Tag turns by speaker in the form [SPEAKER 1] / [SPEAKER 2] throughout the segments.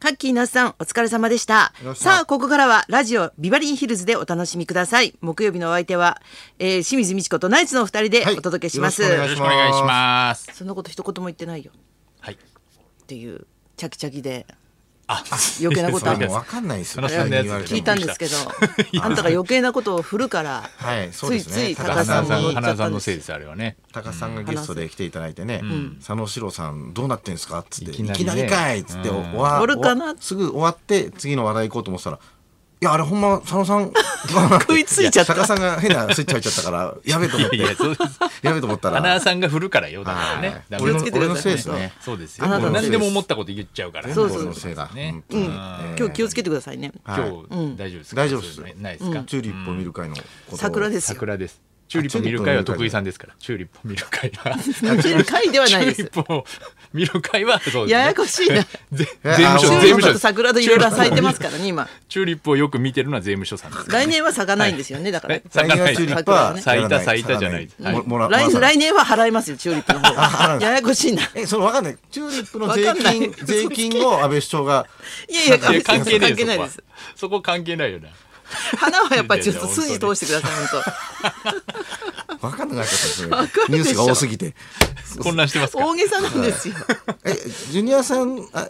[SPEAKER 1] カッキーなすさんお疲れ様でした
[SPEAKER 2] りがとうございました
[SPEAKER 1] さあここからはラジオビバリーヒルズでお楽しみください木曜日のお相手は、えー清水美智子とナイツのお二人で
[SPEAKER 2] はい
[SPEAKER 1] お届けします、
[SPEAKER 2] よろしくお
[SPEAKER 3] よろしくお願いします。
[SPEAKER 1] そんなこと一言も言ってないよ
[SPEAKER 3] はい。
[SPEAKER 1] っていうチャキチャキで
[SPEAKER 3] あ、
[SPEAKER 1] 余計なこ
[SPEAKER 2] そ
[SPEAKER 1] とあ
[SPEAKER 2] れ
[SPEAKER 1] る
[SPEAKER 2] もう分かんないですよ
[SPEAKER 3] その辺のやつ
[SPEAKER 2] 言われても
[SPEAKER 1] 聞いたんですけどあんたが余計なことを振るから、
[SPEAKER 2] はいそう
[SPEAKER 1] つ
[SPEAKER 2] で
[SPEAKER 1] い
[SPEAKER 2] す
[SPEAKER 1] つ
[SPEAKER 2] ね
[SPEAKER 1] い高
[SPEAKER 3] 花
[SPEAKER 1] 田さん
[SPEAKER 3] さん
[SPEAKER 1] も
[SPEAKER 3] さん、
[SPEAKER 1] 乗っちゃ
[SPEAKER 3] 花
[SPEAKER 1] っ
[SPEAKER 3] さ
[SPEAKER 1] た
[SPEAKER 3] ん
[SPEAKER 1] んで
[SPEAKER 3] の
[SPEAKER 1] す
[SPEAKER 3] せいですあれはね。
[SPEAKER 2] 高須さんがゲストで来ていただいてね、佐野史郎さんどうなってんですかっつってい
[SPEAKER 3] い
[SPEAKER 2] き,、
[SPEAKER 3] きなりね
[SPEAKER 2] なりかいっつって、終わ
[SPEAKER 1] 終わるかな
[SPEAKER 2] 終わすぐ終わって次の話題行こうと思ってたらいやあれほんま佐野さん食
[SPEAKER 1] いついちゃった
[SPEAKER 2] 高須さんが変なスイッチ入っちゃったからやべえと思って
[SPEAKER 3] いやそうです。
[SPEAKER 2] やべえと思った
[SPEAKER 3] 花
[SPEAKER 2] ら
[SPEAKER 3] さんが振るからよだから
[SPEAKER 2] は
[SPEAKER 3] ね
[SPEAKER 2] い。
[SPEAKER 3] ダメ
[SPEAKER 2] 俺
[SPEAKER 3] だ
[SPEAKER 1] 気を
[SPEAKER 2] の
[SPEAKER 1] つけてください
[SPEAKER 2] 俺のせいですね
[SPEAKER 3] そうです
[SPEAKER 1] あ
[SPEAKER 3] よ。
[SPEAKER 1] なたのせいです
[SPEAKER 3] 何でも思ったこと言っちゃうから。
[SPEAKER 1] そうそう
[SPEAKER 2] 俺のせいだ、
[SPEAKER 3] ね
[SPEAKER 2] 本当にえー
[SPEAKER 1] 今日気をつけてくださいね
[SPEAKER 3] 今日大丈夫ですか。
[SPEAKER 2] 大丈夫です
[SPEAKER 3] そういうのないですか。
[SPEAKER 2] チューリップを見る会のことを
[SPEAKER 1] 桜ですよ
[SPEAKER 3] 桜です。チューリップ見る会は徳井さんですから。チューリップ見る会は。
[SPEAKER 1] 見 てる回ではないで
[SPEAKER 3] チュ
[SPEAKER 1] す
[SPEAKER 3] ーリップを見る会はそうですね。
[SPEAKER 1] ややこしいな
[SPEAKER 3] ぜ税
[SPEAKER 2] や
[SPEAKER 3] 務
[SPEAKER 2] あ
[SPEAKER 3] 署
[SPEAKER 2] の
[SPEAKER 1] 中
[SPEAKER 3] 税務
[SPEAKER 1] 国
[SPEAKER 3] 署
[SPEAKER 1] と桜といろいろ咲いてますからね今
[SPEAKER 3] チューリップをよく見てるのは税務署さんですから。
[SPEAKER 1] 来年は咲かないんですよねだから
[SPEAKER 3] え咲かな
[SPEAKER 2] 来年はチューリップは
[SPEAKER 3] 咲
[SPEAKER 2] やら
[SPEAKER 3] いた
[SPEAKER 2] な
[SPEAKER 3] 咲いたじゃない
[SPEAKER 2] 咲かももら
[SPEAKER 1] 来
[SPEAKER 2] もらわさない
[SPEAKER 1] 来年は払いますよチューリップの方ややこしいな
[SPEAKER 2] えそのわかんないチューリップの
[SPEAKER 1] わ
[SPEAKER 2] 税
[SPEAKER 1] かんない
[SPEAKER 2] 金税金を安倍首相が
[SPEAKER 1] いやいや
[SPEAKER 3] いや関係ない
[SPEAKER 1] 関係ないで
[SPEAKER 3] ですす。そこは関係ないよな。
[SPEAKER 1] 花はやっぱりちょっと筋通してください本
[SPEAKER 2] わかんなかったですね
[SPEAKER 1] わかる
[SPEAKER 2] ニュ
[SPEAKER 1] でしょ
[SPEAKER 2] ースが多すぎて
[SPEAKER 3] 混乱してます
[SPEAKER 1] 当
[SPEAKER 3] か。
[SPEAKER 1] 大げさなんですよ
[SPEAKER 2] えジュニアさんあ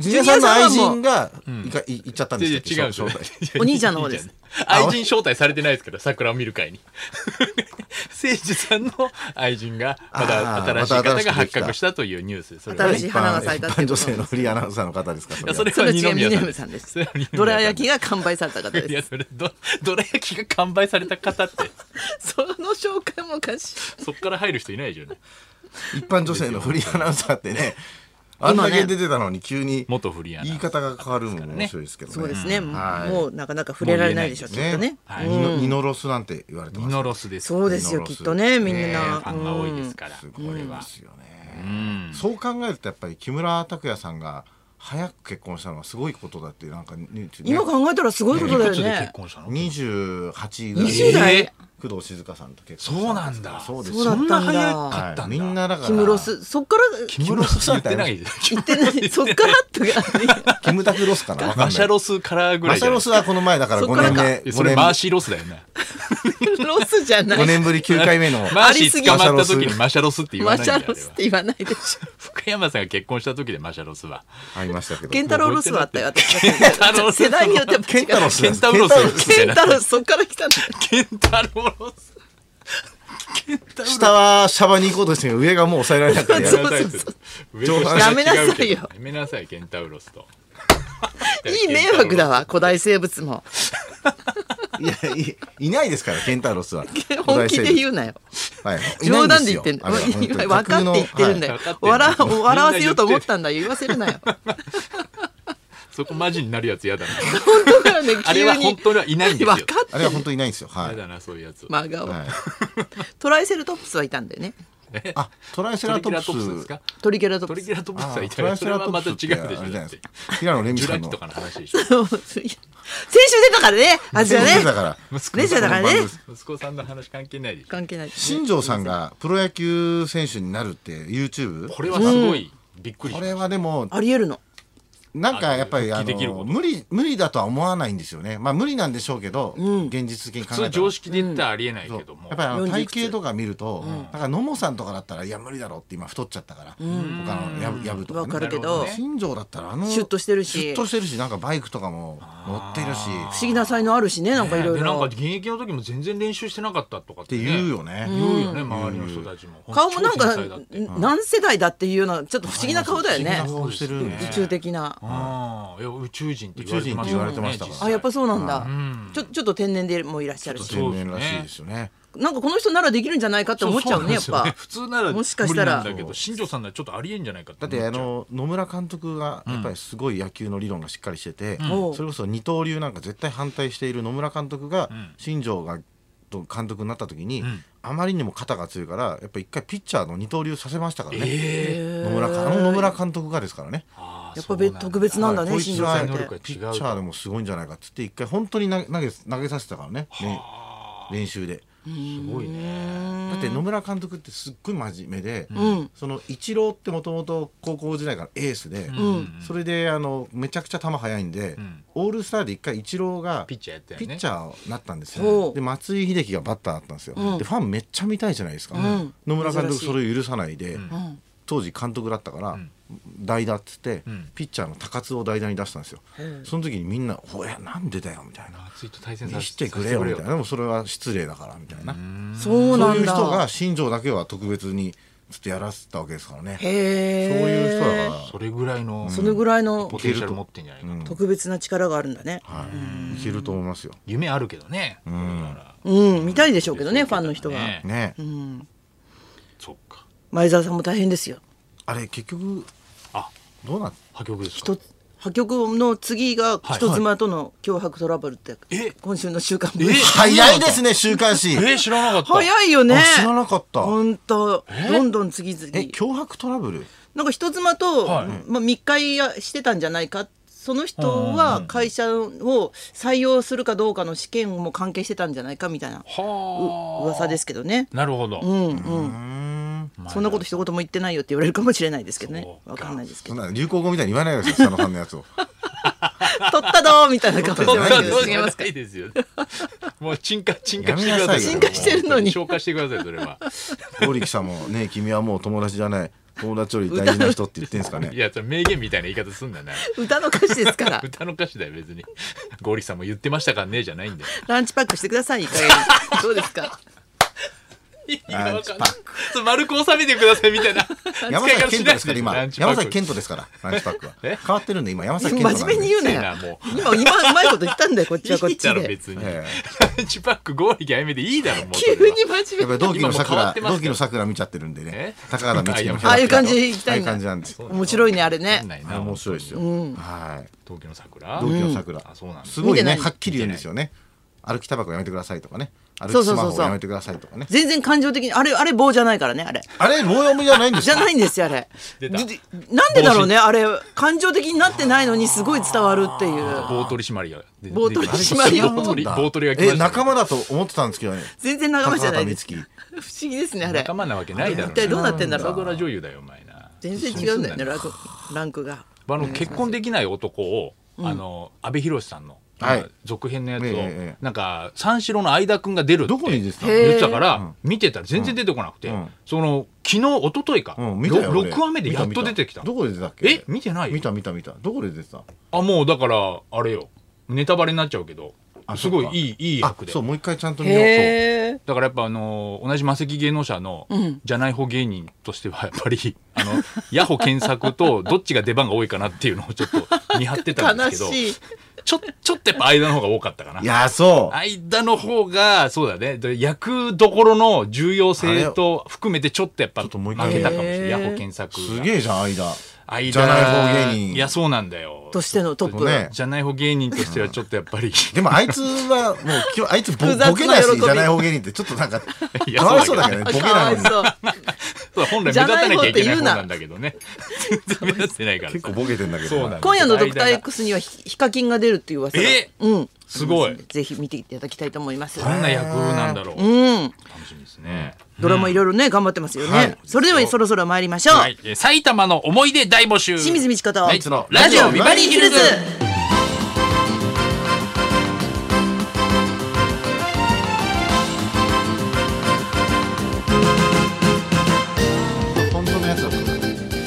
[SPEAKER 2] ジ
[SPEAKER 1] ュ
[SPEAKER 2] ュニア
[SPEAKER 1] ニア
[SPEAKER 2] さんの
[SPEAKER 1] さんは
[SPEAKER 2] 愛
[SPEAKER 1] もう
[SPEAKER 2] 人がいかい行っちゃったん
[SPEAKER 3] いやい
[SPEAKER 2] で
[SPEAKER 3] や
[SPEAKER 2] す
[SPEAKER 3] 違う
[SPEAKER 2] 招
[SPEAKER 3] んですよ
[SPEAKER 2] 待。
[SPEAKER 1] お兄ちゃんの方です
[SPEAKER 3] 愛人招待されてないですから、桜を見る会に。 誠治さんの愛人が、ま
[SPEAKER 2] あー
[SPEAKER 3] だ新しい
[SPEAKER 2] また新しく
[SPEAKER 3] 方が
[SPEAKER 2] でき
[SPEAKER 3] 発
[SPEAKER 2] た
[SPEAKER 3] 覚したというニュース。それは
[SPEAKER 1] 新
[SPEAKER 3] ね
[SPEAKER 1] しい花が咲いたってこ
[SPEAKER 2] 一般
[SPEAKER 1] と
[SPEAKER 2] 女性のフリーアナウンサーの方ですかそ
[SPEAKER 3] いやそれ
[SPEAKER 1] そ
[SPEAKER 3] は
[SPEAKER 1] れ違
[SPEAKER 3] 二
[SPEAKER 1] う二
[SPEAKER 3] 宮さん
[SPEAKER 1] 宮
[SPEAKER 3] です。
[SPEAKER 1] さんです
[SPEAKER 3] それは二宮さん
[SPEAKER 1] どら焼きが完売された方
[SPEAKER 3] い
[SPEAKER 1] で
[SPEAKER 3] や、
[SPEAKER 1] す
[SPEAKER 3] それ、ど、どら焼きが完売された方って、
[SPEAKER 1] その紹介もおかしい
[SPEAKER 3] そこから入る人いないじゃない。
[SPEAKER 2] 一般女性のフリーアナウンサーってねあんだけ出てたのに急に
[SPEAKER 3] 元フリーアナ。
[SPEAKER 2] 言い方が変わるもん面白いですけどね
[SPEAKER 1] そうですね、
[SPEAKER 2] はい
[SPEAKER 1] もうなかなか触れられないでしょうきっと
[SPEAKER 2] ね
[SPEAKER 1] ね、
[SPEAKER 3] はい
[SPEAKER 2] ニノニノロスなんて言われて
[SPEAKER 3] ミ
[SPEAKER 2] ます
[SPEAKER 3] ノロスです。
[SPEAKER 1] そうですよ
[SPEAKER 2] ニノ
[SPEAKER 1] き
[SPEAKER 2] ロ
[SPEAKER 1] っ
[SPEAKER 2] ス
[SPEAKER 1] とねみん
[SPEAKER 2] ね
[SPEAKER 1] な、
[SPEAKER 3] ファンが多いですから。
[SPEAKER 2] す
[SPEAKER 3] こ
[SPEAKER 2] ごい
[SPEAKER 3] れ
[SPEAKER 2] で
[SPEAKER 3] は。
[SPEAKER 2] すよ
[SPEAKER 3] う
[SPEAKER 2] ね
[SPEAKER 3] ん。
[SPEAKER 2] そう考えるとやっぱり木村拓哉さんが早く結婚したのはすごいことだってなんかニュースね
[SPEAKER 1] 今考えたらすごいことだよ
[SPEAKER 3] いくつで
[SPEAKER 1] ね
[SPEAKER 3] 結婚したの
[SPEAKER 2] 28ぐらい
[SPEAKER 1] 20代、
[SPEAKER 3] え
[SPEAKER 2] 工藤静香さんと結婚
[SPEAKER 3] そうなんだ。
[SPEAKER 2] そうです
[SPEAKER 1] そうだったんだ
[SPEAKER 3] そんな早かった
[SPEAKER 2] はい
[SPEAKER 3] んだ。
[SPEAKER 2] みんなだから
[SPEAKER 1] キムロスそっから
[SPEAKER 3] キムロス言ってないで
[SPEAKER 1] 言ってないそっからとか
[SPEAKER 2] キムタクロスかなわかんない
[SPEAKER 3] マシャロスからぐら
[SPEAKER 2] マシ
[SPEAKER 3] いじ
[SPEAKER 2] ャ
[SPEAKER 3] ゃない
[SPEAKER 2] ロスはこの前だから
[SPEAKER 1] そっ
[SPEAKER 2] 5
[SPEAKER 1] から
[SPEAKER 2] 年
[SPEAKER 1] か
[SPEAKER 2] 目
[SPEAKER 3] そ
[SPEAKER 2] 5
[SPEAKER 3] れ
[SPEAKER 2] 年
[SPEAKER 3] マーシーロスだよな。
[SPEAKER 1] ロスじゃない
[SPEAKER 2] 5年ぶり9回目の
[SPEAKER 3] マーシ
[SPEAKER 1] ありす
[SPEAKER 3] ー
[SPEAKER 1] ぎ
[SPEAKER 3] 捕まった時にマシャロスって言わ
[SPEAKER 1] マ
[SPEAKER 3] ない
[SPEAKER 1] シ
[SPEAKER 3] んだよ。
[SPEAKER 1] ャロスっ
[SPEAKER 3] あれは
[SPEAKER 1] て言わないでしょ
[SPEAKER 3] 福山さんが結婚した時でマシャロスは。
[SPEAKER 2] ありましたけど
[SPEAKER 1] ケンタロウロスはあったよ私
[SPEAKER 3] タロウロス
[SPEAKER 1] 世代によってやっぱ違う
[SPEAKER 2] ケンタロス
[SPEAKER 3] ケンタロス
[SPEAKER 1] ケンタロウそっから来たんだ
[SPEAKER 3] ケンタロウロス。ケンタロ
[SPEAKER 2] 下はシャバに行こうとして上がもう抑えられなくて
[SPEAKER 3] ウ
[SPEAKER 2] や
[SPEAKER 3] ロ
[SPEAKER 2] めた
[SPEAKER 3] ス。
[SPEAKER 1] そうそうそう
[SPEAKER 3] 上と下
[SPEAKER 1] やめなさいよ
[SPEAKER 3] 違うけどやめなさい、ケンタウロスと。
[SPEAKER 1] いい迷惑だわ古代生物も
[SPEAKER 2] いやいいないですからケンタロスは
[SPEAKER 1] 本気で
[SPEAKER 2] う
[SPEAKER 1] 言うなよ
[SPEAKER 2] はいいない
[SPEAKER 1] 冗
[SPEAKER 2] んで
[SPEAKER 1] 談
[SPEAKER 2] す
[SPEAKER 1] で
[SPEAKER 2] よ
[SPEAKER 1] 言ってんだ
[SPEAKER 2] あれは本当
[SPEAKER 1] 分
[SPEAKER 2] に
[SPEAKER 1] かって言ってるんだよ
[SPEAKER 3] 架空のはい
[SPEAKER 1] 笑
[SPEAKER 3] 分かってんだよ
[SPEAKER 1] 笑わせようと思ったんだよ言わせるなよ
[SPEAKER 3] そこマジになるやつ嫌だな。
[SPEAKER 1] 本当だよね急に
[SPEAKER 3] あれは本当にはいないんですよ
[SPEAKER 1] 分かっ
[SPEAKER 2] あれは本当にいないんですよはい
[SPEAKER 3] 嫌だな、そういうやつ。
[SPEAKER 1] 真顔
[SPEAKER 2] はい
[SPEAKER 1] トライセルトップスはいたんだよね
[SPEAKER 2] あトライセ
[SPEAKER 3] ト
[SPEAKER 2] ラ
[SPEAKER 3] リ
[SPEAKER 2] ト
[SPEAKER 3] キ
[SPEAKER 2] プ
[SPEAKER 3] ラ
[SPEAKER 2] ス
[SPEAKER 3] トプスですか
[SPEAKER 1] トリケラト
[SPEAKER 3] ト
[SPEAKER 1] プ
[SPEAKER 3] リ
[SPEAKER 1] ス
[SPEAKER 3] キラトプスは
[SPEAKER 2] あ
[SPEAKER 3] い
[SPEAKER 2] ト
[SPEAKER 3] た
[SPEAKER 2] ラ
[SPEAKER 3] よ
[SPEAKER 2] イセ
[SPEAKER 3] それ
[SPEAKER 2] ラ
[SPEAKER 3] は
[SPEAKER 2] ト
[SPEAKER 3] ま
[SPEAKER 2] プ
[SPEAKER 3] た
[SPEAKER 2] スっ
[SPEAKER 3] 違う
[SPEAKER 2] てあれじ
[SPEAKER 3] でし
[SPEAKER 2] ゃな
[SPEAKER 3] ょだ
[SPEAKER 2] い
[SPEAKER 3] っ
[SPEAKER 2] です
[SPEAKER 3] て
[SPEAKER 2] か。平野レミ
[SPEAKER 3] ジュ
[SPEAKER 2] さ
[SPEAKER 3] ラ
[SPEAKER 2] ん
[SPEAKER 3] 紀
[SPEAKER 2] の
[SPEAKER 3] とかの話でし ょ
[SPEAKER 1] 先週出たからねあじゃあね
[SPEAKER 2] 先週だから
[SPEAKER 3] 息
[SPEAKER 1] レジャーだからね
[SPEAKER 3] 息子さんの話関係ないでしょ
[SPEAKER 1] 関係ない
[SPEAKER 2] 新庄さんがプロ野球選手になるって YouTube
[SPEAKER 3] これはすごいびっくりし
[SPEAKER 2] こ
[SPEAKER 3] まし
[SPEAKER 2] れはでも
[SPEAKER 1] ありえるの
[SPEAKER 2] なんかやっぱり
[SPEAKER 3] あ
[SPEAKER 2] あ
[SPEAKER 3] の復帰できるこ
[SPEAKER 2] の
[SPEAKER 3] と
[SPEAKER 2] 無理無理だとは思わないんですよねまあ無理なんでしょうけど、現実的に考
[SPEAKER 3] た
[SPEAKER 2] えた
[SPEAKER 3] 普
[SPEAKER 2] ら
[SPEAKER 3] 通常識で言ったらありえない
[SPEAKER 2] そう
[SPEAKER 3] けども
[SPEAKER 2] やっぱりあの
[SPEAKER 1] 40
[SPEAKER 2] 体型とか見ると、だから野茂さんとかだったらいや無理だろうって今太っちゃったから、他のやぶやぶとか、
[SPEAKER 1] わ
[SPEAKER 2] ね、
[SPEAKER 1] かるけ
[SPEAKER 3] なるほ
[SPEAKER 1] ど
[SPEAKER 3] ど
[SPEAKER 1] 不
[SPEAKER 3] ね
[SPEAKER 2] 新庄だったらあの
[SPEAKER 1] シュッとしてるし
[SPEAKER 2] シュッとしてるしなんかバイクとかも乗ってるし
[SPEAKER 1] 思議な才能あるしねなんかいろい
[SPEAKER 3] でなん
[SPEAKER 1] ろ
[SPEAKER 3] か現役の時も全然練習してなかったとかっ
[SPEAKER 2] って
[SPEAKER 3] ね
[SPEAKER 2] 言うよね、
[SPEAKER 3] 言うよね周りの人たちも
[SPEAKER 1] 顔もなん
[SPEAKER 3] 超
[SPEAKER 1] か
[SPEAKER 3] 天才だって
[SPEAKER 1] 何世代だっていうようなちょっと不思議な顔だよね
[SPEAKER 2] 不思議な顔してるんで
[SPEAKER 1] 宇宙的な
[SPEAKER 3] ああいや宇宙人って言われてま
[SPEAKER 2] 宇宙人って言
[SPEAKER 3] し
[SPEAKER 2] わ
[SPEAKER 3] たも
[SPEAKER 2] れ
[SPEAKER 3] ん
[SPEAKER 2] てましたから
[SPEAKER 1] あやっぱそうなんだ
[SPEAKER 3] ん
[SPEAKER 1] ちょちょっと天然でもいらっしゃるし
[SPEAKER 2] 天然らしいですよね
[SPEAKER 1] なんかこの人ならできるんじゃないかって思っちゃうねやっ
[SPEAKER 3] そなんですよ
[SPEAKER 1] ぱ
[SPEAKER 3] 普通なら
[SPEAKER 1] もしかしたら
[SPEAKER 3] 無理なんだけど新庄さんならちょっとありえんじゃないかっ
[SPEAKER 2] だ
[SPEAKER 3] て
[SPEAKER 2] っ
[SPEAKER 3] 思ちゃう
[SPEAKER 2] てあの野村監督がやっぱりすごい野球の理論がしっかりしてて、
[SPEAKER 1] うん
[SPEAKER 2] それこそ二刀流なんか絶対反対している野村監督が
[SPEAKER 3] ん
[SPEAKER 2] 新庄がと監督になった時に、
[SPEAKER 3] ん
[SPEAKER 2] あまりにも肩が強いからやっぱ一回ピッチャーの二刀流させましたからね、
[SPEAKER 3] え
[SPEAKER 2] 野
[SPEAKER 3] え
[SPEAKER 2] 村かあの野村監督がですからね
[SPEAKER 3] ああ
[SPEAKER 1] やっぱ
[SPEAKER 3] そう
[SPEAKER 1] 別
[SPEAKER 3] なんだ
[SPEAKER 1] 特別なんだ
[SPEAKER 2] は
[SPEAKER 1] ね
[SPEAKER 2] い
[SPEAKER 1] 新庄さんっ
[SPEAKER 3] こいつは能
[SPEAKER 1] て
[SPEAKER 3] 力が
[SPEAKER 2] ピッチャーでもすごいんじゃないかっつって一回本当に投げ投げ投げさせたからね練練習で
[SPEAKER 3] すごいね。
[SPEAKER 2] だって野村監督ってすっごい真面目で、
[SPEAKER 1] うん
[SPEAKER 2] そのイチローってもともと高校時代からエースで、
[SPEAKER 1] ん
[SPEAKER 2] それであのめちゃくちゃ球速いんで、
[SPEAKER 3] ん
[SPEAKER 2] オールスターで一回イチローが
[SPEAKER 3] ピッチャーやったよね
[SPEAKER 2] ピッチャーになったんです
[SPEAKER 1] ほ
[SPEAKER 2] よ
[SPEAKER 1] う
[SPEAKER 2] で松井秀喜がバッターだったんですよ、
[SPEAKER 1] うん
[SPEAKER 2] でファンめっちゃ見たいじゃないですか、
[SPEAKER 1] うん
[SPEAKER 2] 野村監督
[SPEAKER 1] 珍しい
[SPEAKER 2] それを許さないで、
[SPEAKER 1] うん
[SPEAKER 2] 当時監督だったから、
[SPEAKER 3] ん
[SPEAKER 2] 代打っつって、
[SPEAKER 3] うん
[SPEAKER 2] ピッチャーの高津を代打に出したんですよ、その時にみんな「おやなんでだよ」みたいな
[SPEAKER 3] 熱いと
[SPEAKER 2] 「
[SPEAKER 3] 対戦さ
[SPEAKER 2] 見
[SPEAKER 3] せ
[SPEAKER 2] してくれよ」みたいな「でもそれは失礼だから」みたいな、
[SPEAKER 1] そう
[SPEAKER 2] そ
[SPEAKER 1] な
[SPEAKER 2] うい
[SPEAKER 1] ん
[SPEAKER 2] う
[SPEAKER 1] だ
[SPEAKER 2] 人が新庄だけは特別にちょっとやらせたわけですからね
[SPEAKER 1] へ
[SPEAKER 2] そう
[SPEAKER 1] え
[SPEAKER 2] いう人だから
[SPEAKER 3] それぐらいの
[SPEAKER 1] そのぐらいの
[SPEAKER 3] ポテンシャル持ってんじゃないかと。
[SPEAKER 1] 特別な力があるんだね
[SPEAKER 2] はい、いけると思いますよ。
[SPEAKER 3] 夢あるけどね。だから
[SPEAKER 1] うん見たいでしょうけどねファンの人が
[SPEAKER 3] ね
[SPEAKER 2] ね、
[SPEAKER 3] そっか。
[SPEAKER 1] 前澤さんも大変ですよ
[SPEAKER 2] あれ結局
[SPEAKER 3] あ、
[SPEAKER 2] どうなっ
[SPEAKER 3] 破局ですか
[SPEAKER 1] 一。つ破局の次が
[SPEAKER 3] はい
[SPEAKER 1] 人妻との脅迫トラブルって
[SPEAKER 3] え
[SPEAKER 1] 今週の週刊
[SPEAKER 3] え
[SPEAKER 1] 文春
[SPEAKER 2] 早いですね週刊誌。
[SPEAKER 3] えー、知らなかった。
[SPEAKER 1] 早いよね
[SPEAKER 2] あ知らなかった
[SPEAKER 1] 本当
[SPEAKER 3] え
[SPEAKER 1] どんどん次
[SPEAKER 2] え
[SPEAKER 1] 々
[SPEAKER 2] 脅迫トラブル。
[SPEAKER 1] なんか人妻と、
[SPEAKER 3] はい
[SPEAKER 1] まあ、密会やしてたんじゃないかその人は会社を採用するかどうかの試験も関係してたんじゃないかみたいな
[SPEAKER 3] はあ。
[SPEAKER 1] 噂ですけどね。
[SPEAKER 3] なるほど。
[SPEAKER 1] うんうん
[SPEAKER 2] うーん。
[SPEAKER 1] そんなこと一言も言ってないよって言われるかもしれないですけどね
[SPEAKER 3] そ。うか
[SPEAKER 1] わかんないですけ
[SPEAKER 2] そ
[SPEAKER 1] ど
[SPEAKER 2] ん。な流行語みたいに言わないでください佐野さん のやつを。
[SPEAKER 1] 取ったどーみたいな顔して
[SPEAKER 3] そん
[SPEAKER 1] ま
[SPEAKER 3] な
[SPEAKER 1] すけ
[SPEAKER 3] ど
[SPEAKER 1] ど
[SPEAKER 3] う
[SPEAKER 1] 違い
[SPEAKER 3] な
[SPEAKER 1] ま
[SPEAKER 3] い
[SPEAKER 1] すか。
[SPEAKER 3] ですよね。もう沈下沈下してくだ
[SPEAKER 2] やめなさ
[SPEAKER 3] さ
[SPEAKER 2] い
[SPEAKER 3] い。
[SPEAKER 2] よ沈下して
[SPEAKER 1] るのに
[SPEAKER 3] 消化してくださいそれは。
[SPEAKER 2] 剛力さんもね君はもう友達じゃない友達より大事な人って言ってんですか
[SPEAKER 3] い
[SPEAKER 2] ね。
[SPEAKER 3] やそれ名言みたいな言い方すんだな。
[SPEAKER 1] 歌の歌詞ですから。
[SPEAKER 3] 歌の歌詞だよ別に。ゴーリさんも言ってましたからねじゃないんだよ。
[SPEAKER 1] ランチパックしてください。いい加減にどうですか。
[SPEAKER 3] 意味がわかんない。そう丸く収めてくださいみたいな。
[SPEAKER 2] 山崎賢人ですから今
[SPEAKER 3] ランチパッ
[SPEAKER 2] 山
[SPEAKER 3] ク
[SPEAKER 2] 崎賢人ですからランチパックは
[SPEAKER 3] え
[SPEAKER 2] 変わってるんで今山崎
[SPEAKER 1] 真
[SPEAKER 2] 賢人なんで
[SPEAKER 1] 面目に言うな
[SPEAKER 3] う
[SPEAKER 1] よ
[SPEAKER 3] るせえなも。
[SPEAKER 1] 今今うまいこと言ったんだよ。こっちはこっ
[SPEAKER 3] いい
[SPEAKER 1] ち
[SPEAKER 3] だろ
[SPEAKER 1] で。
[SPEAKER 3] 別に。
[SPEAKER 2] え
[SPEAKER 3] ランチパック合力あゆめでいいだろもうそれ
[SPEAKER 1] 急
[SPEAKER 3] は。
[SPEAKER 1] に真
[SPEAKER 2] や
[SPEAKER 1] 面目
[SPEAKER 2] っぱ
[SPEAKER 1] に。
[SPEAKER 2] り同期の
[SPEAKER 3] 今もう変わっ
[SPEAKER 2] 桜
[SPEAKER 3] てますよ
[SPEAKER 2] 同期の桜見ちゃってるんでね
[SPEAKER 3] え
[SPEAKER 2] 高原美月の
[SPEAKER 3] あ
[SPEAKER 1] ああいう感じで行きたいん
[SPEAKER 2] あ
[SPEAKER 1] だ
[SPEAKER 2] あいう感じなんですよ
[SPEAKER 1] 面白いねあれね
[SPEAKER 3] わかんないな
[SPEAKER 2] あ面白いですよ、はい
[SPEAKER 3] 東京の桜。
[SPEAKER 2] 同期の桜、
[SPEAKER 3] あそうなんだ
[SPEAKER 2] すごい
[SPEAKER 1] 見てな
[SPEAKER 2] ね
[SPEAKER 1] い
[SPEAKER 2] はっきり言うんですよね歩きタバコやめてくださいとかね歩
[SPEAKER 1] そう
[SPEAKER 2] き
[SPEAKER 1] そ
[SPEAKER 2] ス
[SPEAKER 1] う
[SPEAKER 2] マ
[SPEAKER 1] そうそう
[SPEAKER 2] ホやめてくださいとかね
[SPEAKER 1] 全然感情的にあれあれ棒じゃないからねあれ。
[SPEAKER 2] あれ棒読みじゃないんです
[SPEAKER 1] じゃ
[SPEAKER 2] か
[SPEAKER 1] ないんですよあれ。
[SPEAKER 3] 出た
[SPEAKER 1] ででなんでだろうねあれ感情的になってないのにすごい伝わるっていう。
[SPEAKER 3] 棒取り締まりが。で
[SPEAKER 1] 棒取り
[SPEAKER 3] で
[SPEAKER 1] 締まりが
[SPEAKER 3] 棒取り棒取りが来
[SPEAKER 2] え
[SPEAKER 3] ましたね。
[SPEAKER 2] 仲間だと思ってたんですけどね
[SPEAKER 1] 全然仲間じゃないです。
[SPEAKER 2] 高畑
[SPEAKER 1] 不思議ですねあれ
[SPEAKER 3] 仲。間なわけないだろ。
[SPEAKER 1] 一体どうなってんだろう
[SPEAKER 3] 朝ドラ女優だよお前な。
[SPEAKER 1] 全然違うんだよねランクランクが。
[SPEAKER 3] あの結婚できない男を、あの阿部寛さんの、
[SPEAKER 2] はい
[SPEAKER 3] 続編のやつを、
[SPEAKER 2] ええええ
[SPEAKER 3] なんか三四郎の相田君が出るって
[SPEAKER 2] どこにですか
[SPEAKER 1] へえ
[SPEAKER 3] 言ってたから、見てたら全然出てこなくて、
[SPEAKER 2] うん
[SPEAKER 3] その昨日一昨日か、
[SPEAKER 2] うん見たよ俺
[SPEAKER 3] 6話目でやっと出てきた
[SPEAKER 2] 見見どこで出たっけ
[SPEAKER 3] え見てない
[SPEAKER 2] 見た見た見たどこで出てた
[SPEAKER 3] あもうだからあれよネタバレになっちゃうけど
[SPEAKER 2] あ
[SPEAKER 3] すごい
[SPEAKER 2] そっか
[SPEAKER 3] いいいい
[SPEAKER 2] あ
[SPEAKER 3] 役で
[SPEAKER 2] そうもう一回ちゃんと見ようと
[SPEAKER 1] へえ。
[SPEAKER 3] だからやっぱあのー同じマセキ芸能者のじゃない方芸人としてはやっぱり、 あのヤホ検索とどっちが出番が多いかなっていうのをちょっと見張ってたん で
[SPEAKER 1] 悲
[SPEAKER 3] すけど
[SPEAKER 1] しい。
[SPEAKER 3] ちょちょっとやっぱ間の方が多かったかない
[SPEAKER 2] やそう
[SPEAKER 3] 間の方が、そうだね。で役どころの重要性と含めて、ちょっとやっぱ
[SPEAKER 2] ちょ
[SPEAKER 3] 負
[SPEAKER 2] っ
[SPEAKER 3] け
[SPEAKER 2] ともう一回
[SPEAKER 3] たかもしれない。
[SPEAKER 1] へ
[SPEAKER 3] ヤ
[SPEAKER 1] ー
[SPEAKER 3] ホ検索が。
[SPEAKER 2] すげえじゃん間
[SPEAKER 3] 間
[SPEAKER 2] じゃない方芸人
[SPEAKER 3] いや、そうなんだよ。
[SPEAKER 1] としてのトップ。
[SPEAKER 2] ね
[SPEAKER 3] じゃない方芸人としてはちょっとやっ ぱり。
[SPEAKER 2] でもあいつはもう今日あいつボ
[SPEAKER 1] 複雑な
[SPEAKER 2] ボケない
[SPEAKER 1] 喜
[SPEAKER 2] し
[SPEAKER 1] び
[SPEAKER 2] じゃない方芸人ってちょっとなんか
[SPEAKER 3] いや
[SPEAKER 2] かわいそうだけどね
[SPEAKER 1] あ
[SPEAKER 2] ボ ケ
[SPEAKER 1] かわ
[SPEAKER 2] ないいのに
[SPEAKER 1] そう。
[SPEAKER 3] そう本来目立たなきゃいけない方なんだけどね。 全然目立ってないからさ。
[SPEAKER 2] 結構ボケてんだけど
[SPEAKER 3] そうなんだ
[SPEAKER 1] 今夜のドクター X にはヒヒカキンが出るっていう噂が。
[SPEAKER 3] え
[SPEAKER 1] うん。
[SPEAKER 3] すごい。
[SPEAKER 1] ぜひ見ていただきたいと思います。
[SPEAKER 3] どんな役なんだろう。
[SPEAKER 1] うん。
[SPEAKER 3] 楽しみですね。
[SPEAKER 1] ドラマいろいろね頑張ってますよ
[SPEAKER 2] は
[SPEAKER 1] ね
[SPEAKER 2] い。
[SPEAKER 1] それではそろそろ参りましょう。
[SPEAKER 3] はい。えー埼玉の思い出大募集。
[SPEAKER 1] 清水美智子と
[SPEAKER 3] は
[SPEAKER 2] ナイツの
[SPEAKER 1] ラジオビバリーヒルズ。
[SPEAKER 2] 本当のやつだもんね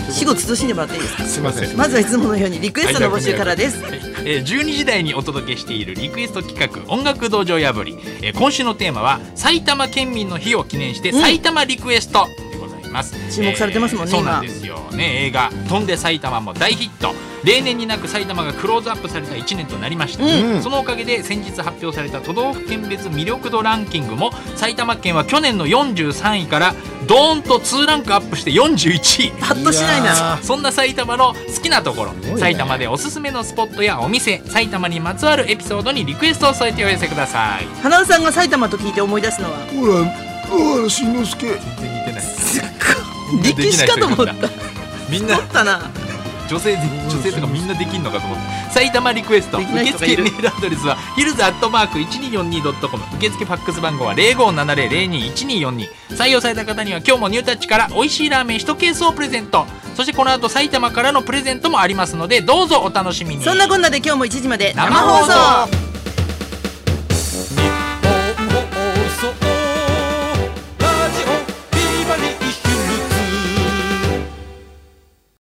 [SPEAKER 1] 死後慎んでもらっていいですか。
[SPEAKER 2] すいません
[SPEAKER 1] まずはいつものようにリクエストの募集からです。
[SPEAKER 3] はいえー12時台にお届けしているリクエスト企画「音楽道場破り」えー今週のテーマは「埼玉県民の日」を記念して「
[SPEAKER 1] うん
[SPEAKER 3] 埼玉リクエスト」でございます、
[SPEAKER 1] 注目されてますもんね
[SPEAKER 3] そうなんですよね映画「飛んで埼玉」も大ヒット例年になく埼玉がクローズアップされた1年となりました、
[SPEAKER 2] うん
[SPEAKER 3] そのおかげで先日発表された都道府県別魅力度ランキングも埼玉県は去年の43位からドーンと2ランクアップして41位
[SPEAKER 1] パッとしない
[SPEAKER 2] いや
[SPEAKER 1] な。
[SPEAKER 2] ー
[SPEAKER 3] そんな埼玉の好きなところ、
[SPEAKER 2] ごいね
[SPEAKER 3] 埼玉でおすすめのスポットやお店埼玉にまつわるエピソードにリクエストを添えてお寄せください
[SPEAKER 1] 花尾さんが埼玉と聞いて思い出すのは。
[SPEAKER 2] ほらほらしんのすけ
[SPEAKER 3] 全然似てない
[SPEAKER 1] すっごい。力士かと思った。
[SPEAKER 3] みん
[SPEAKER 1] 思ったな。
[SPEAKER 3] 女性で女性とかみんなできんのかと思って埼玉リクエスト
[SPEAKER 1] できない
[SPEAKER 3] 受
[SPEAKER 1] 人が
[SPEAKER 3] 付
[SPEAKER 1] いる
[SPEAKER 3] メールアドレスはヒルズアットマーク 1242.com 受付ファックス番号は0570021242採用された方には今日もニュータッチから美味しいラーメン1ケースをプレゼントそしてこの後埼玉からのプレゼントもありますのでどうぞお楽しみに
[SPEAKER 1] そんなこんなで今日も1時まで
[SPEAKER 3] 生放送